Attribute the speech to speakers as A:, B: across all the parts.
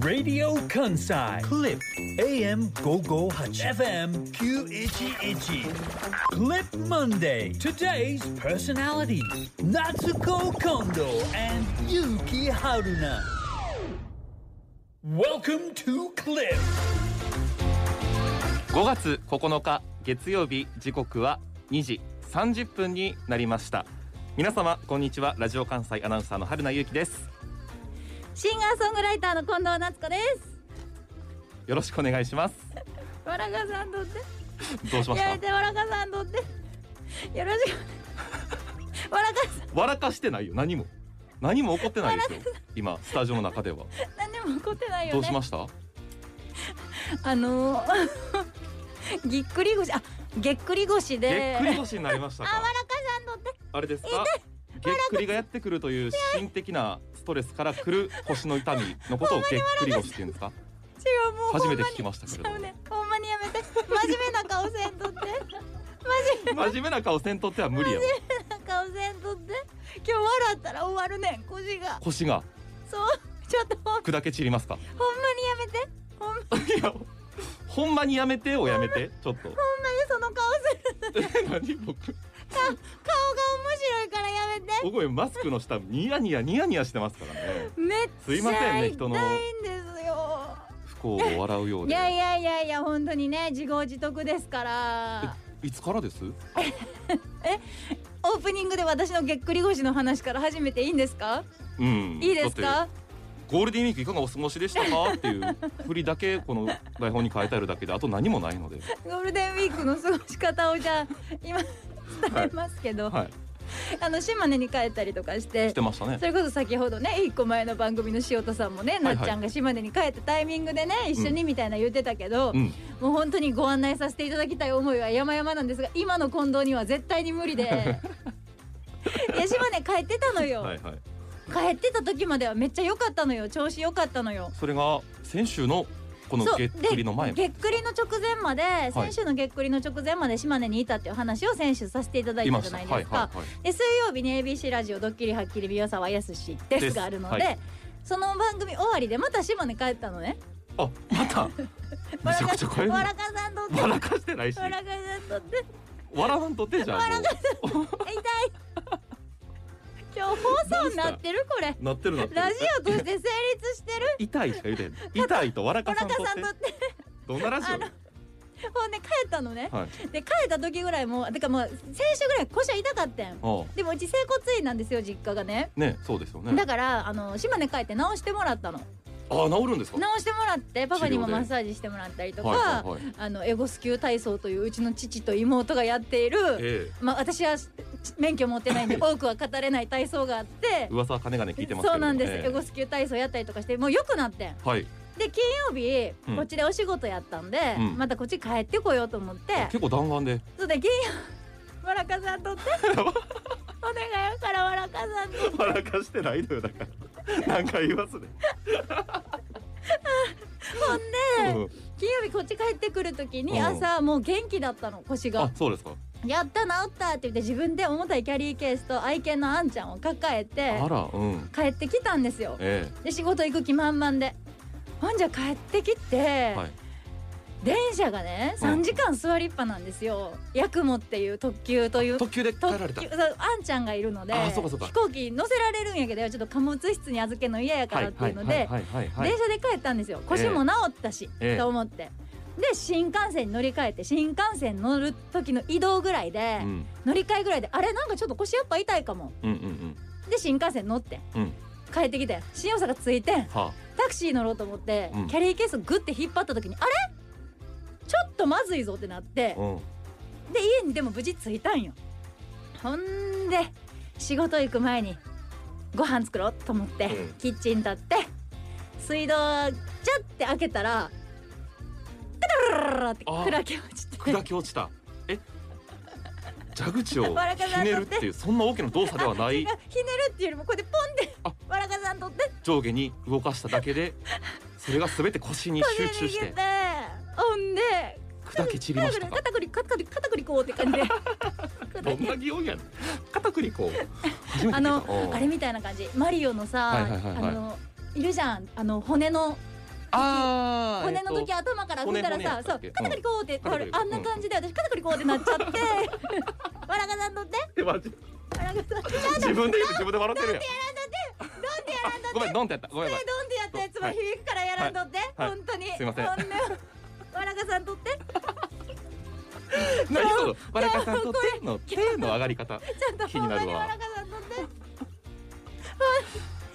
A: Radio Kansai. Clip AM 558. FM 911. Clip Monday. Today's personality Natsuko Kondo and Yuki Haruna. Welcome to Clip.
B: 5月9日月曜日時刻は2時30分になりました皆様こんにちはラジオ関西アナウンサーの春名由紀です
C: シンガーソングライターの近藤夏子です。
B: よろしくお願いします
C: わらかさんとって、
B: どうしまし
C: やめ
B: た
C: てわらかさんとって。よろしく。 わらか
B: 笑かしてないよ何も何も起こってないですよ今スタジオの中では
C: さん、何でも怒ってないよ
B: ど
C: ね。
B: うしました
C: あのー。 ぎっくり腰、あ、げっくり腰
B: げ
C: で
B: っ。くり腰になりました
C: あ、わら
B: か
C: かさんとって。
B: あれですかげっくりがやってくるという心的なストレスから来る腰の痛みのことをげっくり腰っていうん ですか
C: 違う、もう。
B: 初めて
C: ほん
B: 聞きましたけれど
C: まに。違うね、ほんまにやめて。真面目な顔せんとって。
B: 真面目な顔せんとっては無理やわ
C: 真面目な顔せんとって。今日笑ったら終わるねん、腰が。
B: 腰が
C: そう、ちょっとほん、
B: 砕け散りますか
C: ほんまにやめて。ほんまに
B: いや、ほんまにやめてをやめて、ちょっと。
C: その顔する。
B: え、何僕、
C: 顔が面白いからやめて
B: 僕これマスクの下、ニヤニヤニヤニヤしてますからね。
C: めっ
B: すい
C: ち
B: ません
C: ゃ
B: ね
C: 痛
B: 人
C: いん
B: の
C: ですよ
B: 不幸を笑うよう
C: い
B: で。
C: やいやいやいや本当にね自業自得ですから
B: いつからです。
C: オープニングで私のげっくり腰の話から始めていいんですか
B: うん、
C: いいです
B: だっ
C: か
B: てゴールデンウィークいかがお過ごしでしたかっていう振りだけ、この台本に書いてあるだけで、あと何もないので。
C: ゴールデンウィークの過ごし方をじゃあ 今伝えますけど、
B: はい、
C: あの島根に帰ったりとかして
B: してましたね
C: そ。れこそ先ほどね一個前の番組の塩田さんもね、
B: はい
C: なっちゃんが島根に帰ったタイミングでね一緒にみたいな言ってたけ
B: う
C: ど、
B: ん、
C: もう本当にご案内させていただきたい思いは山々なんですが今の近藤には絶対に無理で いや島根帰ってたのよ、
B: はいはい。
C: 帰ってた時まではめっちゃ良かったのよ調子良かったのよ
B: それが先週のこの
C: そう
B: げっくりの前
C: で。げっくりの直前まで先週のげっくりの直前まで島根にいたっていう話を先週させていただい
B: い
C: た
B: ま
C: じ
B: し
C: ゃ
B: た。
C: な
B: はいい
C: で
B: はい
C: すか、
B: はい。
C: で水曜日に ABC ラジオ「ドッキリはっきり宮沢やすし」で
B: ですす
C: があるので
B: はい
C: その番組終わりでまた島根帰ったのね
B: あ、また。めちゃくちゃ声
C: わらかさんとってわ
B: 笑かしてないし。
C: らかさんとって
B: 笑わんとってじゃあも
C: 痛い今日放送になってるこれ
B: う。なってるなってる。
C: ラジオとして成立してる
B: 痛いしか言うてへん痛いと笑
C: 小
B: かさん
C: 中
B: とっ
C: さん
B: て
C: とって
B: どんなラジオ
C: あのほんで帰ったのね
B: はい
C: で帰った時ぐらいもうてかもう先週ぐらい腰は痛かったん
B: あ
C: でもうち整骨院なんですよ実家がね
B: あねそうですよね
C: だからあの島根帰って治してもらったの
B: ああ治るんですか
C: 治してもらってパパにも
B: 治療で
C: マッサージしてもらったりと
B: はい
C: か
B: はいはい
C: あのエゴスキュー体操といううちの父と妹がやっている
B: ええ
C: まあ私は免許持って ないんで多くは語れない体操があって
B: 噂は金がね聞いてますけ
C: そ
B: れ
C: う
B: ども
C: なんです、
B: ええ
C: エゴスキュー体操やったりとかしてもう良くなってん
B: はい
C: で金曜日、
B: うん
C: こっちでお仕事やったんで、
B: うん
C: またこっち帰ってこようと思って
B: 結構弾丸で
C: そうで金曜わらかさん とってお願いやからわらかさんと
B: 笑かしてないのよだからなんか言いますね
C: ほんで
B: うん
C: 金曜日こっち帰ってくる時に
B: うん
C: 朝もう元気だったの腰
B: あ
C: が
B: そうですか
C: 「やった治った」って言って自分で重たいキャリーケースと愛犬のあんちゃんを抱えて
B: あらうん
C: 帰ってきたんですよ
B: え
C: で仕事行く気満々でほんじゃ帰ってきて、
B: はい
C: 電車がね
B: うん
C: 3時間座りっぱなんですよヤクモっていう特急とい
B: え
C: う
B: 特急で帰られた
C: 特急そうあんちゃんがいるので
B: あそうかそうか
C: 飛行機乗せられるんやけどちょっと貨物室に預けの嫌やからっていうので
B: はいはいはい
C: 電車で帰ったんですよ腰も治ったし、
B: ええ
C: と思って。で新幹線に乗り換えて新幹線乗る時の移動ぐらいで、
B: うん
C: 乗り換えぐらいであれなんかちょっと腰やっぱ痛いかも
B: うんうんうん
C: で新幹線乗って、
B: うん
C: 帰ってきて新大阪着いてん
B: は
C: タクシー乗ろうと思って、
B: うん
C: キャリーケースグッて引っ張った時にあれちょっとまずいぞってなって
B: あうん
C: で家にでも無事着いたんよほんで仕事行く前にご飯作ろうと思って、
B: うん
C: キッチン立って水道ジャって開けたらペタラララララって
B: あ
C: 砕け落ちて
B: 砕け落ちたえ蛇口 を
C: わらか
B: ひ
C: さ
B: ね
C: ん取
B: る
C: っ
B: ってていうそんな大きな動作ではな
C: ひ
B: い
C: ねるっていうよりもこうやって
B: あ
C: ポンってわらかさん取って
B: 上下に動かしただけでそれが全て腰に集中し
C: 逃げ
B: て
C: てほんで
B: 砕け散り
C: ぐ
B: ま
C: る
B: し
C: ぐ
B: た
C: る
B: か
C: 片栗片栗片栗こうって感じで
B: どんな擬音やねん片栗粉初めて聞
C: あ
B: いた
C: のあれみたいな感じマリオの
B: はい
C: さ
B: はいはいはい
C: あのいるじゃんあの骨の
B: あー
C: 骨の時
B: えっ
C: 頭から踏んだら
B: 骨骨や
C: さ
B: っ、
C: そ
B: たっ
C: う
B: け
C: 肩こりこうって、
B: うん
C: これあんな感じで私肩こりこうってなっちゃってわらかさんとって
B: とでマジ
C: わらかさん
B: 自分で言って自分で笑ってるやんあごめんドンってやったごめんごめん
C: ドンってやったやつも響くからやらんとって、
B: はい
C: 本当に、
B: すいません
C: ほでわらかさんとってち
B: 何そのわらかさんと手の手の上がり方
C: ゃんと
B: 気になるわ
C: ほんまにわらかさんとって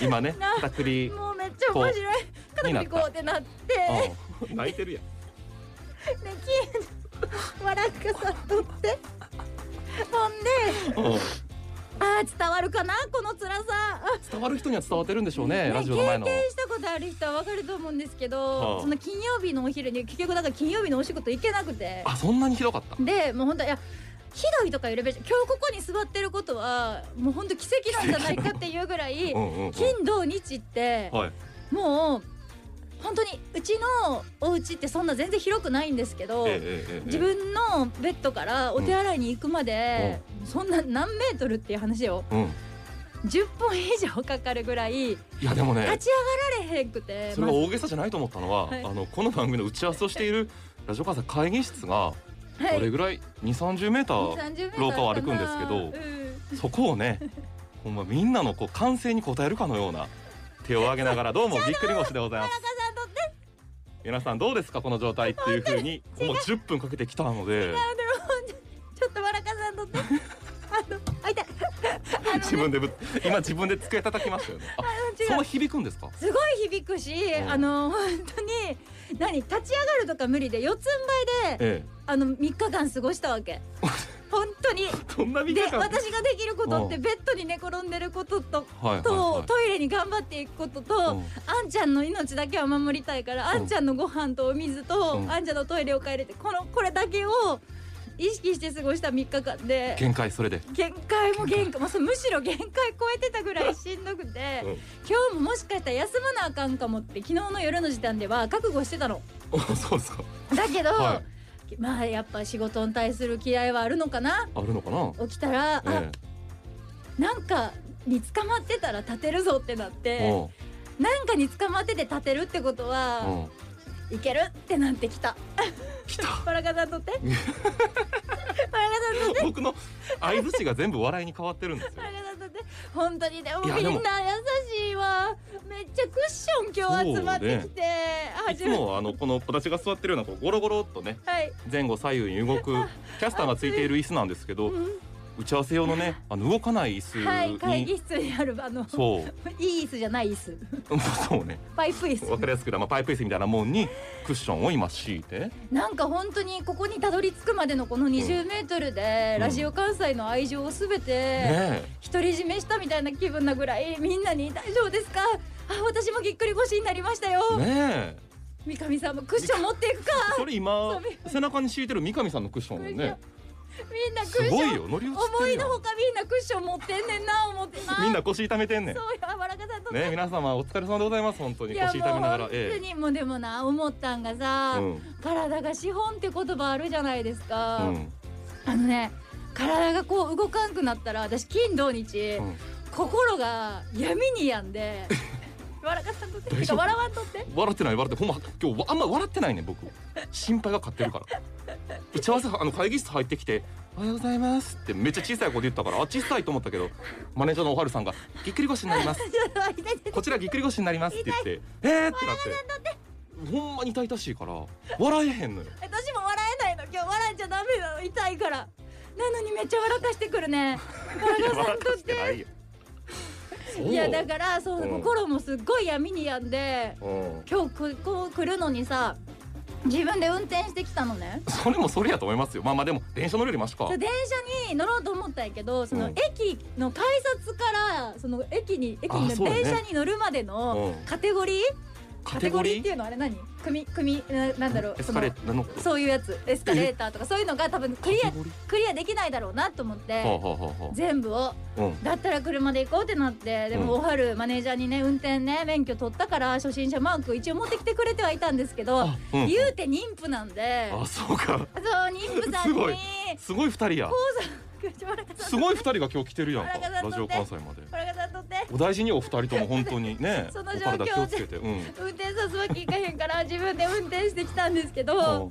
B: 今ね
C: な
B: 片栗
C: もうめっちゃ面白い肩こりこうってなってね
B: うん泣いてるやん
C: きわらかさんとってほんで
B: うん
C: あー伝わるかなこの辛さ
B: 伝わる人には伝わってるんでしょうねラジオの前の
C: 経験したことある人はわかると思うんですけど、
B: はあ
C: その金曜日のお昼に結局だから金曜日のお仕事行けなくて
B: あそんなにひどかった
C: でもう本当いやひどいとかいうレベルじゃ今日ここに座ってることはもう本当奇跡なんじゃないかっていうぐらい
B: うんうんうん
C: 金土日って
B: はい
C: もう本当にうちのお家ってそんな全然広くないんですけど、
B: ええええええ
C: 自分のベッドからお手洗いに行くまで、そんな何メートルっていう話を
B: うん
C: 10本以上かかるぐらい
B: いやでもね
C: 立ち上がられへんくて
B: それが大げさじゃないと思ったのは、
C: はい
B: あのこの番組の打ち合わせをしているラジオ関西会議室が
C: まあ
B: どれぐらい2 3 0メータ
C: 2 30
B: ー
C: メーター
B: 廊下を歩くんですけど
C: かなうん
B: そこをねほんまみんなのこう歓声に応えるかのような手を挙げながら どうもぎっくり腰でございます
C: さんとって
B: 皆さんどうですかこの状態っていうふう にもう10分かけてきたので
C: ちょっとわらかさんと ってあのあいたいあの
B: 自分でぶ今自分で机叩きま したよねあ
C: 違う
B: そんな響くんですか
C: すごい響くし、
B: うん
C: あの本当に何立ち上がるとか無理で四つん這いで
B: え
C: あの3日間過ごした わけ本当に
B: えそんな見
C: で
B: 方はい
C: 私ができることって
B: うん
C: ベッドに寝転んでることと
B: はいはい
C: とトイレに頑張っていくことと、
B: うん
C: あんちゃんの命だけは守りたいから、
B: うん
C: あんちゃんのご飯とお水と、
B: うん
C: あんちゃんのトイレを変えるってこのこれだけを意識して過ごした3日間で
B: 限界それで
C: 限界も限界もうそうむしろ限界超えてたぐらいしんどくて、
B: うん
C: 今日ももしかしたら休まなあかんかもって昨日の夜の時点では覚悟してたの。
B: おそうですか
C: だけど、
B: は
C: まあやっぱ仕事に対する気合はあるのかな
B: あるのかな
C: 起きたら、
B: え
C: あなんかに捕まってたら立てるぞってなっ
B: え
C: てなんかに捕まってて立てるってことは、
B: うんうん
C: いけるってなってきた。
B: 来た
C: バラカさんとって。バラカさんとって。
B: 僕の相槌が全部笑いに変わってるんですよ
C: バラカさんとって。本当にでも
B: いやでも
C: みんな優しいわ。めっちゃクッション今日集まってきて。
B: いつもあのこの私が座ってるようなこうゴロゴロっとね
C: はい。
B: 前後左右に動 くキャスターがついている椅子なんですけど
C: うん
B: 打ち合わせ用のねあの動かない
C: はい。
B: 椅子
C: 会
B: に
C: 議室にあるあの
B: そう
C: いい椅子じゃない椅子。
B: うんそうね
C: パイプ椅
B: わ
C: 子。
B: かりやすく言うとまあパイプ椅子みたいなもんにクッションを今敷いて
C: なんか本当にここにたどり着くまでのこの20メートルで、
B: うん
C: ラジオ関西の愛情をすべて
B: ね
C: 独り占めしたみたいな気分なぐらいみんなに大丈夫ですか。あ私もぎっくり腰になりましたよ。
B: えねえ
C: 三上さんもクッション持っていくか
B: それ今背中に敷いてる三上さんのクッションもね
C: みんなク
B: す
C: ッシ
B: ご
C: ョ
B: い
C: ン
B: よ乗り移って
C: 思
B: る
C: い
B: や
C: の
B: ん
C: ほかみんなクッション持ってんねんな思ってな
B: みんな腰痛めてんねん
C: そうよあわらかさんと
B: ね皆様お疲れ様でございます本当に
C: いや
B: 腰痛めなが
C: も
B: ら
C: う本当
B: え
C: にもうでもな思ったんがさ、
B: えうん
C: 体が資本って言葉あるじゃないですか、
B: うん
C: あのね体がこう動かんくなったら私金土日、
B: うん
C: 心が闇に病ん でわらかさんとっててか笑わんとって
B: 笑ってない笑ってほんま今日わあんま笑ってないね僕心配が勝ってるから打ち合わせあの会議室入ってきて「おはようございます」ってめっちゃ小さい声で言ったからあ小さいと思ったけどマネージャーのおはるさんが「ぎっくり腰になります
C: ちょっと待って
B: こちらぎっくり腰になります」って言って「えー!」ってなってほんまに痛々しいから笑えへんのよ
C: 私も笑えないの今日笑っちゃダメなの痛いからなのにめっちゃ笑かしてくるね
B: いや
C: 笑かさん
B: 笑
C: と
B: か
C: っ
B: して
C: て
B: ないよそう
C: いやだからそう、
B: うん
C: 心もすっごい闇に病んで
B: うん
C: 今日ここう来るのにさ自分で運転してきたのね
B: それもそれやと思いますよまあまあでも電車乗るよりマシか
C: そう電車に乗ろうと思ったんやけどその
B: うん
C: 駅の改札からその駅に駅
B: あ
C: に
B: そうだね
C: 電車に乗るまでの
B: うん
C: カテゴリー
B: カテゴリー
C: っていうのはあれ何組組ななんだろう
B: エス
C: そ
B: カ
C: の
B: レーターの
C: そういうやつエスカレーターとかそういうのが多分クリア
B: カテゴリ
C: クリアできないだろうなと思っ
B: ーはあ
C: て
B: はあはあは
C: 全部を
B: あうん
C: だったら車で行こうってなってでも
B: うん
C: おはるマネージャーにね運転ね免許取ったから初心者マーク一応持ってきてくれてはいたんですけど
B: あうん
C: 言うて妊婦なんで
B: あそうか
C: そう妊婦さん
B: す
C: に
B: ごいすごい二人や
C: 藤原さん
B: すごい二人が今日来てるやんか
C: 田中さん
B: ラジオ関西まで
C: これがさんとって
B: お大事にお二人とも本当にね
C: そ
B: お
C: の状況で
B: 体気をつけて うん
C: 運転さすわけいかへんから自分で運転してきたんですけ
B: うん
C: ど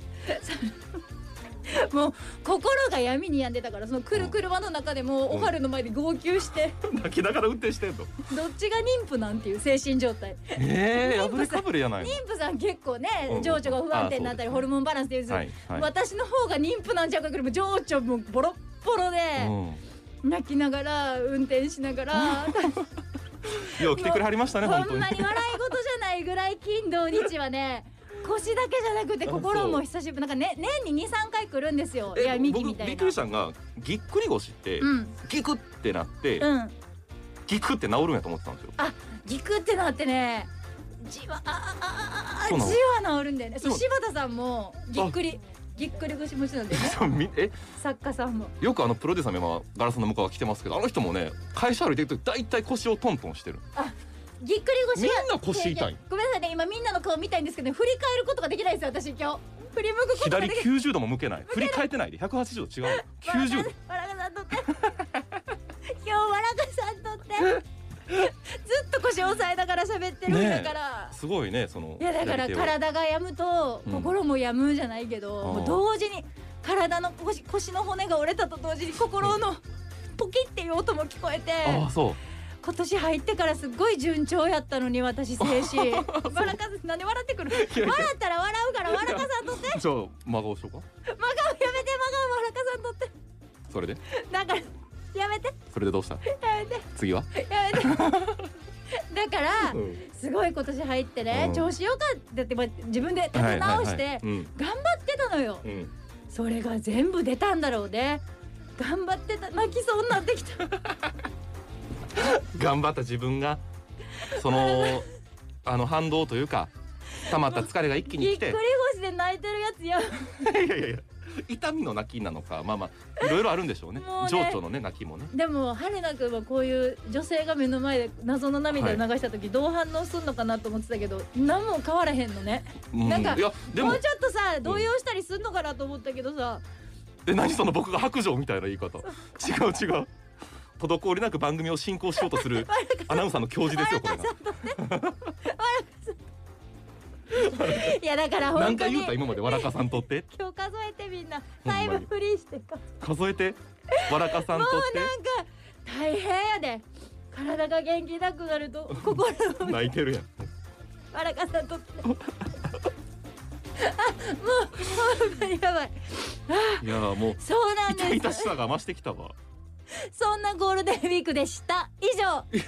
C: もう心が闇に病んでたからその来る車の中でもおはるの前で号泣して
B: 泣きながら運転してん の
C: どっちが妊婦なんていう精神状態
B: ええ破れかぶれやないの
C: 妊婦さん結構ね
B: うん
C: 情緒が不安定になった
B: あそうですね
C: りホルモンバランスで言うんですよ
B: はいはい
C: 私の方が妊婦なんちゃうかぐらいもう情緒もボロッボロで
B: うん
C: 泣きながら運転しな がら
B: よう来てくれはりましたね本
C: ほ
B: 当
C: ん
B: に
C: まに笑い事じゃないぐらい金土日はね腰だけじゃなくて
B: あ
C: 心
B: そ
C: も
B: う
C: 久しぶりなんか、ね、年に23回来るんですよい
B: え
C: やミキみた
B: 僕び
C: い
B: っく
C: な
B: りし。たんがぎっくり腰って
C: うん
B: ぎくってなって
C: うん、
B: ぎくって治るんやと思ってたんですよ
C: ギクってなってねじわああああ
B: そうなの
C: じわ治るんだよねそう
B: そう
C: 柴田さんもぎっくりぎっくり腰持ちなんだ よね
B: そうみえ
C: 作家さんも
B: よくあのプロデューサーの今ガラスの向こうが来てますけどあの人もね会社歩いてる時大体腰をトントンしてる
C: ぎっくり腰
B: みん
C: が
B: な腰痛い
C: ごめんなさいね今みんなの顔見たいんですけど、ね、振り返ることができないですよ私今日振り向くことがで
B: 左
C: きない
B: 90度も向けない振り返ってないで180度違う90度
C: わらかさんとって今日わらかさんとってずっと腰押さえながら喋ってるんだから、
B: すごいねその
C: いやだか
B: や
C: ら
B: り手は
C: 体が病むと
B: うん
C: 心も病むじゃないけど、
B: あー
C: もう同時に体の腰腰の骨が折れたと同時に心のポキっていう音も聞こえて
B: ああそう
C: 今年入ってからすっごい順調やったのに私精 神わらかなんで笑ってくる
B: いやいや
C: 笑ったら笑うからわらかさんとって
B: じゃあ真顔しようか
C: 真顔やめて真顔わらかさんとって
B: それで
C: だからやめて
B: それでどうした
C: やめて
B: 次は
C: やめて だから
B: ん
C: すごい今年入ってね、
B: うん
C: 調子よかったってまあ自分で立て直して、
B: うん
C: 頑張ってたのよ
B: うん
C: それが全部出たんだろうね頑張ってた泣きそうになってきた
B: 頑張った自分がそ のあの反動というか溜まった疲れが一気に
C: ぎっ
B: 来
C: くり
B: て
C: 腰で泣いてるやつや
B: いやいやいや痛みの泣きなのかまあまあいろいろあるんでしょうね
C: もうね
B: 情緒のね泣きもね
C: でも春菜くんはこういう女性が目の前で謎の涙を流した時、どう反応するのかなと思ってたけど何も変わらへんのね
B: うん
C: なんか
B: いやで
C: も
B: も
C: うちょっとさ動揺したりすんのかなと思ったけどさ、
B: え何その僕が白状みたいな言い方違う違う滞りなく番組を進行しようとす るアナウンサーの教授ですよこれが
C: いやだから本
B: 何
C: 当
B: 回
C: に
B: 言うた今までわらかさんとって
C: 今日数えてみんな
B: ほん
C: タ
B: ま
C: イ
B: に
C: ムフリーしてか
B: 数えてわらかさんとっ
C: なんか大変やで体が元気なくなると心が
B: て泣いてるやん
C: あらかさん とって。あ、もう、もう、やばい。
B: いやーもう
C: そうなん
B: 痛
C: で
B: 々
C: す
B: し。さが増してきたわ
C: そんなゴールデンウィークでした。以上、
B: い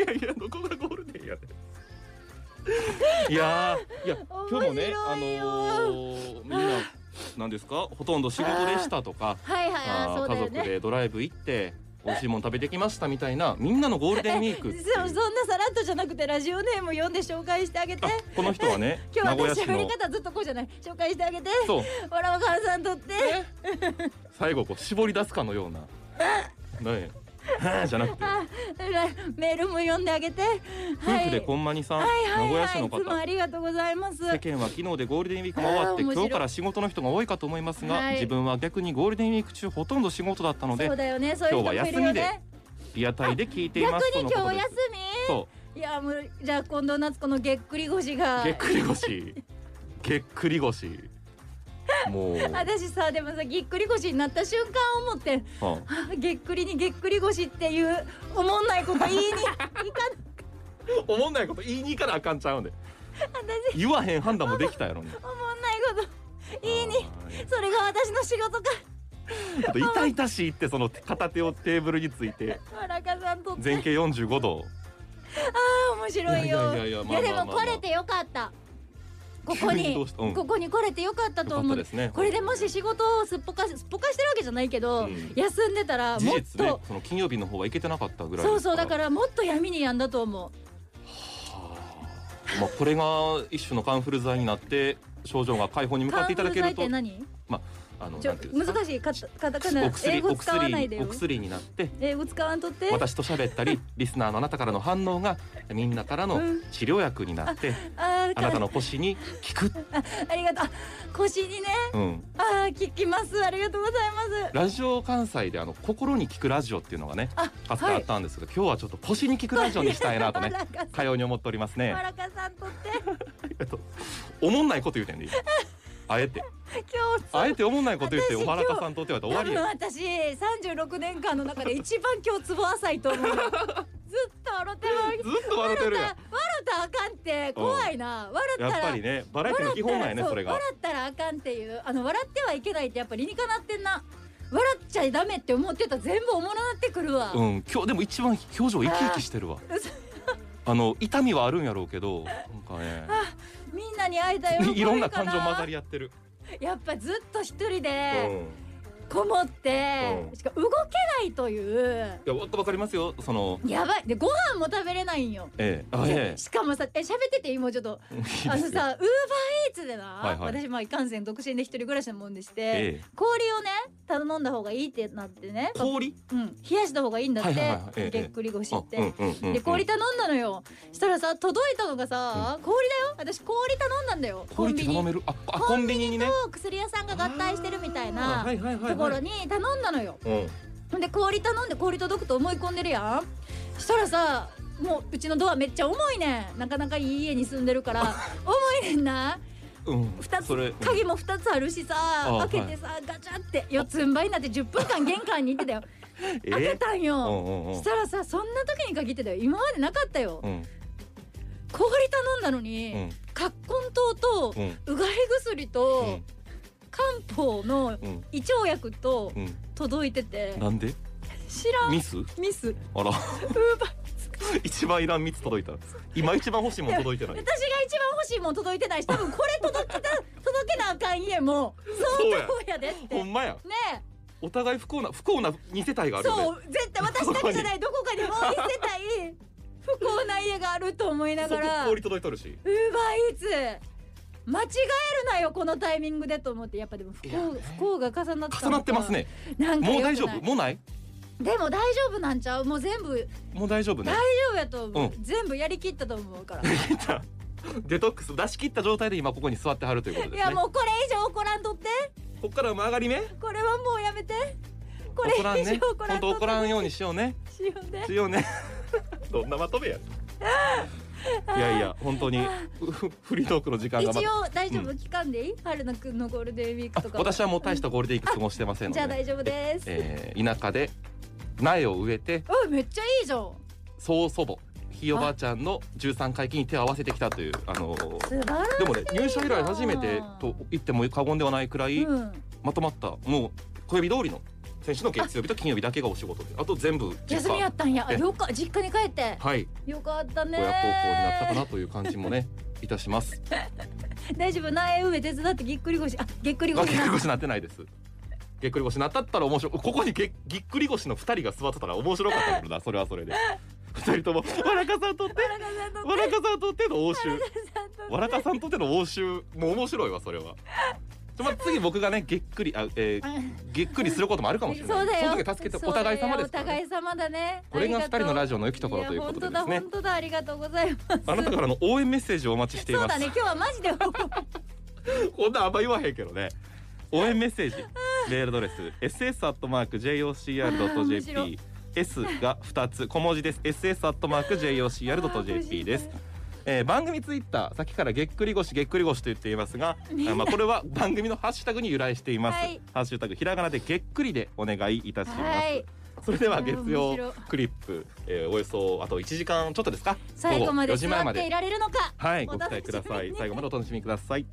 B: やいやどこがゴールデンやねんいやーいや今日もね
C: 面
B: あ
C: 白いよ
B: のーみんななんですかほとんど仕事でしたとか
C: はいはい、あ
B: あ
C: ー、そ
B: ー
C: うだ
B: 家
C: よ
B: 族
C: ね。
B: でドライブ行って美味しいもん食べてきましたみたいなみんなのゴールデンウィークっていう
C: そう、そんなさらっとじゃなくて、ラジオネーム読んで紹介してあげて
B: あ。この人はね
C: 今
B: 名古屋
C: 日私
B: 市
C: 喋り
B: の
C: 方ずっとこうじゃない紹介してあげて
B: そう
C: わらわかさんとって
B: 最後こう絞り出すかのようなねえはあじゃなくて
C: あメールも読んであげて
B: 夫
C: は
B: 婦
C: い
B: でこんまにさん、
C: はいは
B: 名
C: い
B: 古屋
C: は
B: 市
C: い
B: の
C: いつも
B: 方
C: ありがとうございます
B: 世間は昨日でゴールデンウィークも終わって
C: あー面白い
B: 今日から仕事の人が多いかと思いますが、
C: はい
B: 自分は逆にゴールデンウィーク中ほとんど仕事だったので
C: そうだよねそういう人もい
B: 今日
C: る
B: は休
C: よ
B: みで
C: ね
B: リアタイで聞いていま
C: 逆
B: す
C: に
B: との
C: 今
B: こと
C: 日
B: で
C: 休
B: す
C: み
B: そ
C: いやもうじゃあ近藤夏子のげっくり腰が
B: うげっくり腰げっくり腰もう、
C: 私さでもさぎっくり腰になった瞬間思ってん
B: うん
C: あ げっくりにげっくり腰っていう思んないこと言いにいか
B: おもんないこと言いに行かなあかんちゃうんで
C: 私
B: 言わへん判断もできたや ろね
C: 思んないこと言いに
B: あー
C: それが私の仕事か
B: ちょっと痛々しいってその片手をテーブルについて
C: わらかさんとって
B: 前傾45度
C: あ面白いよ
B: いやいやいやいやまあ
C: いや
B: まあま
C: でも
B: あまあ
C: 来れてよかったここ
B: 急にど
C: に
B: うしたうん
C: ここに来れてよかったと
B: よか
C: 思う
B: ったですね
C: これでもし仕事をすっぽかしすっぽかしてるわけじゃないけど、
B: うん
C: 休んでたら
B: 事
C: もっ
B: 実
C: と、
B: ねその金曜日の方は行けてなかったぐらい
C: そうそうだかららもっと闇にやんだと思う
B: まあ、これが一種のカンフル剤になって症状が解放に向か
C: カ
B: っ
C: ン
B: ていた
C: フ
B: だ
C: ル
B: け
C: 剤っ
B: ると
C: て何
B: あの
C: ち
B: な
C: ょ
B: んていうんですか
C: 難しいカタカタ
B: お
C: ナ
B: 薬
C: 英語
B: お
C: 使わないで
B: 薬お
C: よ
B: 薬になって
C: 英語使わんとって
B: 私と喋 ったりリスナーのあなたからの反応がみんなからの
C: うん
B: 治療薬になって、
C: あー
B: あなたの腰に効く、
C: ありがとうあ腰にね
B: うん、
C: あー聞きますありがとうございます
B: ラジオ関西であの心に効くラジオっていうのがね
C: あ
B: かつてあったんですが、今日はちょっと腰に効くラジオにしたい なとね
C: マラカ
B: かように思っておりますね
C: マラカさんとって
B: えっとおもんないこと言うてんで今あえて
C: 今日
B: あえておもんないこと言って
C: 私
B: お
C: 今
B: ま
C: 日
B: らかさんとっては終わ
C: 多
B: り
C: 分
B: や
C: 私36年間の中で一番今日ツボ浅いと思 うずっと笑って
B: ず
C: ま
B: っと笑ってる
C: 笑
B: やん
C: ったらあかんって怖いな、笑った
B: や
C: ら
B: っぱりねバラエティの基本なんやね
C: 笑
B: それ
C: ったら
B: が
C: う笑ったらあかんっていうあの笑ってはいけないってやっぱ理にかなってんな笑っちゃダメって思ってたら全部おもろなってくるわ、
B: うん今日でも一番表情生き生きしてるわ
C: 嘘
B: あの痛みはあるんやろうけどなんかね
C: みんなに会えたよ
B: いろんな感情混ざ
C: り
B: り合ってる、
C: やっぱずっと一人
B: うん
C: でこもって、
B: うん
C: しかも動けないという
B: いやわわかりますよその
C: やばいでご飯も食べれないんよ
B: ええあえ
C: しかもさえ喋ってて今ちょっと
B: えいいですよ
C: あのさウーバーイーツでな、
B: いはい
C: 私まあいかんせん独身で一人暮らしなもんでして、
B: ええ
C: 氷をね頼んだ方がいいってなってね、
B: 氷
C: うん、冷やした方がいいんだって、
B: はいはいはいええ
C: げっくり腰って。
B: うんうんうんうん
C: で氷頼んだのよしたらさ届いたのがさ、氷だよ私氷頼んだんだよコ
B: 氷
C: ン
B: って
C: ビ
B: 頼
C: ニ
B: めるああコンビニにね
C: と薬屋さんが合体してるみたい
B: あー
C: な
B: はいはいはいはい
C: ところに頼んだのよ
B: うん
C: ほんで氷頼んで氷届くと思い込んでるやんしたらさもううちのドアめっちゃ重いねんなかなかいい家に住んでるから重いねんな
B: うん
C: 二つ
B: それうん
C: 鍵も2つあるしさ
B: あ
C: 開けてさ、ガチャって四つん這いになって10分間玄関に行ってたよ
B: え
C: 開けたん
B: う
C: よ、
B: んうんうん
C: したらさそんな時に限ってだよ今までなかったよ、
B: うん
C: 氷頼んだのに、
B: うん
C: 葛根糖と、
B: うん
C: うがい薬と、漢方の
B: うんうん
C: 胃腸薬と
B: うん
C: 届いてて、
B: なんで
C: 知らん
B: ミス
C: ミス
B: あら一番いらん蜜届いた今一番欲しいもん届いてな
C: 私が
B: い
C: 一番欲しいもん届い てないし多分これ届けた届けなあかん家も
B: そう
C: 相
B: や
C: 当やでって
B: ほ
C: ね
B: んまや
C: え
B: お互い不幸な不幸な二世帯があるよね
C: そう絶対私だけじゃないどこかにもう一世帯不幸な家があると思いながら
B: そこ
C: ウー
B: 氷届いとるし
C: バーイーツ間違えるなよこのタイミングでと思ってやっぱでも不
B: いや
C: 幸不幸が重なったのか
B: 重なってますね
C: なんか
B: もう
C: 良くな
B: 大
C: い
B: 丈夫もうない
C: でも大丈夫なんちゃうもう全部
B: もう大丈夫ね
C: 大丈夫やと思う、
B: う
C: 全部やりきったと思う から
B: デトックス出し切った状態で今ここに座ってはるということ
C: い
B: です
C: や
B: ね
C: もうこれ以上怒らんとって
B: こっから曲がり目
C: これはもうやめてこれ
B: 怒らん
C: 以上
B: ね
C: 怒ら
B: 本
C: んと
B: 当
C: って
B: 怒らんようにしよう ね
C: しようね
B: しようねどんなまとめやいやいや本当にふふフリートークの時間
C: 一
B: がまた
C: 応大丈夫、期間でいい春菜くんのゴールデンウィークとかは
B: 私はもう大したゴールデンウィーク過ごしてませんの
C: じゃ
B: で
C: あ大丈夫です、
B: えー田舎で苗を植えて
C: おいめっちゃいいじゃん
B: 曽祖母ひいおばあちゃんの13回忌に手を合わせてきたというあのー
C: 素晴らしい
B: でもね入社以来初めてと言っても過言ではないくらい
C: うん、
B: まとまったもう小指通りの先週の月曜日と金曜日だけがお仕事であと全部
C: 休みやったんやあ
B: え
C: よか実家に帰って
B: はい
C: よかったね
B: 親孝行になったかなという感じも ねいたします
C: 大丈夫苗植え手伝ってぎっくり腰あぎっくり
B: まあ
C: 腰
B: ぎっく
C: な
B: り腰なってないですぎっくり腰なったったら面白いここにげぎっくり腰の二人が座ってたら面白かったけ どなそれはそれで二人とも「わらかさんとって
C: わらかさんと
B: わらかさんとって」の応酬
C: さんと
B: わらかさんとっての応酬もう面白いわそれは。ちょまあ、次僕がねぎっくりあ、えー ぎっくりすることもあるかもしれない
C: そうだよ
B: の時は助けて
C: そう
B: お互い様です
C: だ
B: か
C: よお
B: ら、ね
C: 互い様だね
B: これが二人のラ
C: ジ
B: ジオの良きところということでですね
C: 本当だ本当だありがとうございます
B: あなたからの応援メッセージをお待ちしてい
C: そう
B: ま
C: だ
B: す、
C: ね今日はマジで
B: こんなんあんま言わへんけどね応援メッセー ジメールアドレス ss アットマーク
C: あー面白
B: jocr.jp S が二つ小文字です ss アットマーク jocr.jp ですえー、番組ツイッターさっきからげっくり腰げっくり腰と言っています が、あまあ、これは番組のハッシュタグに由来しています、
C: はい
B: ハッシュタグひらがなでげっくりでお願いいたします、
C: はい
B: それでは月
C: 面
B: 曜
C: 白い
B: クリップ、えー、およそあと1時間ちょっとですか
C: 最後まで
B: 午
C: 座
B: 4時前
C: っていられるのか
B: はい
C: お
B: ご期
C: 楽
B: 待くださ
C: しみ
B: い
C: に
B: 最後までお楽しみください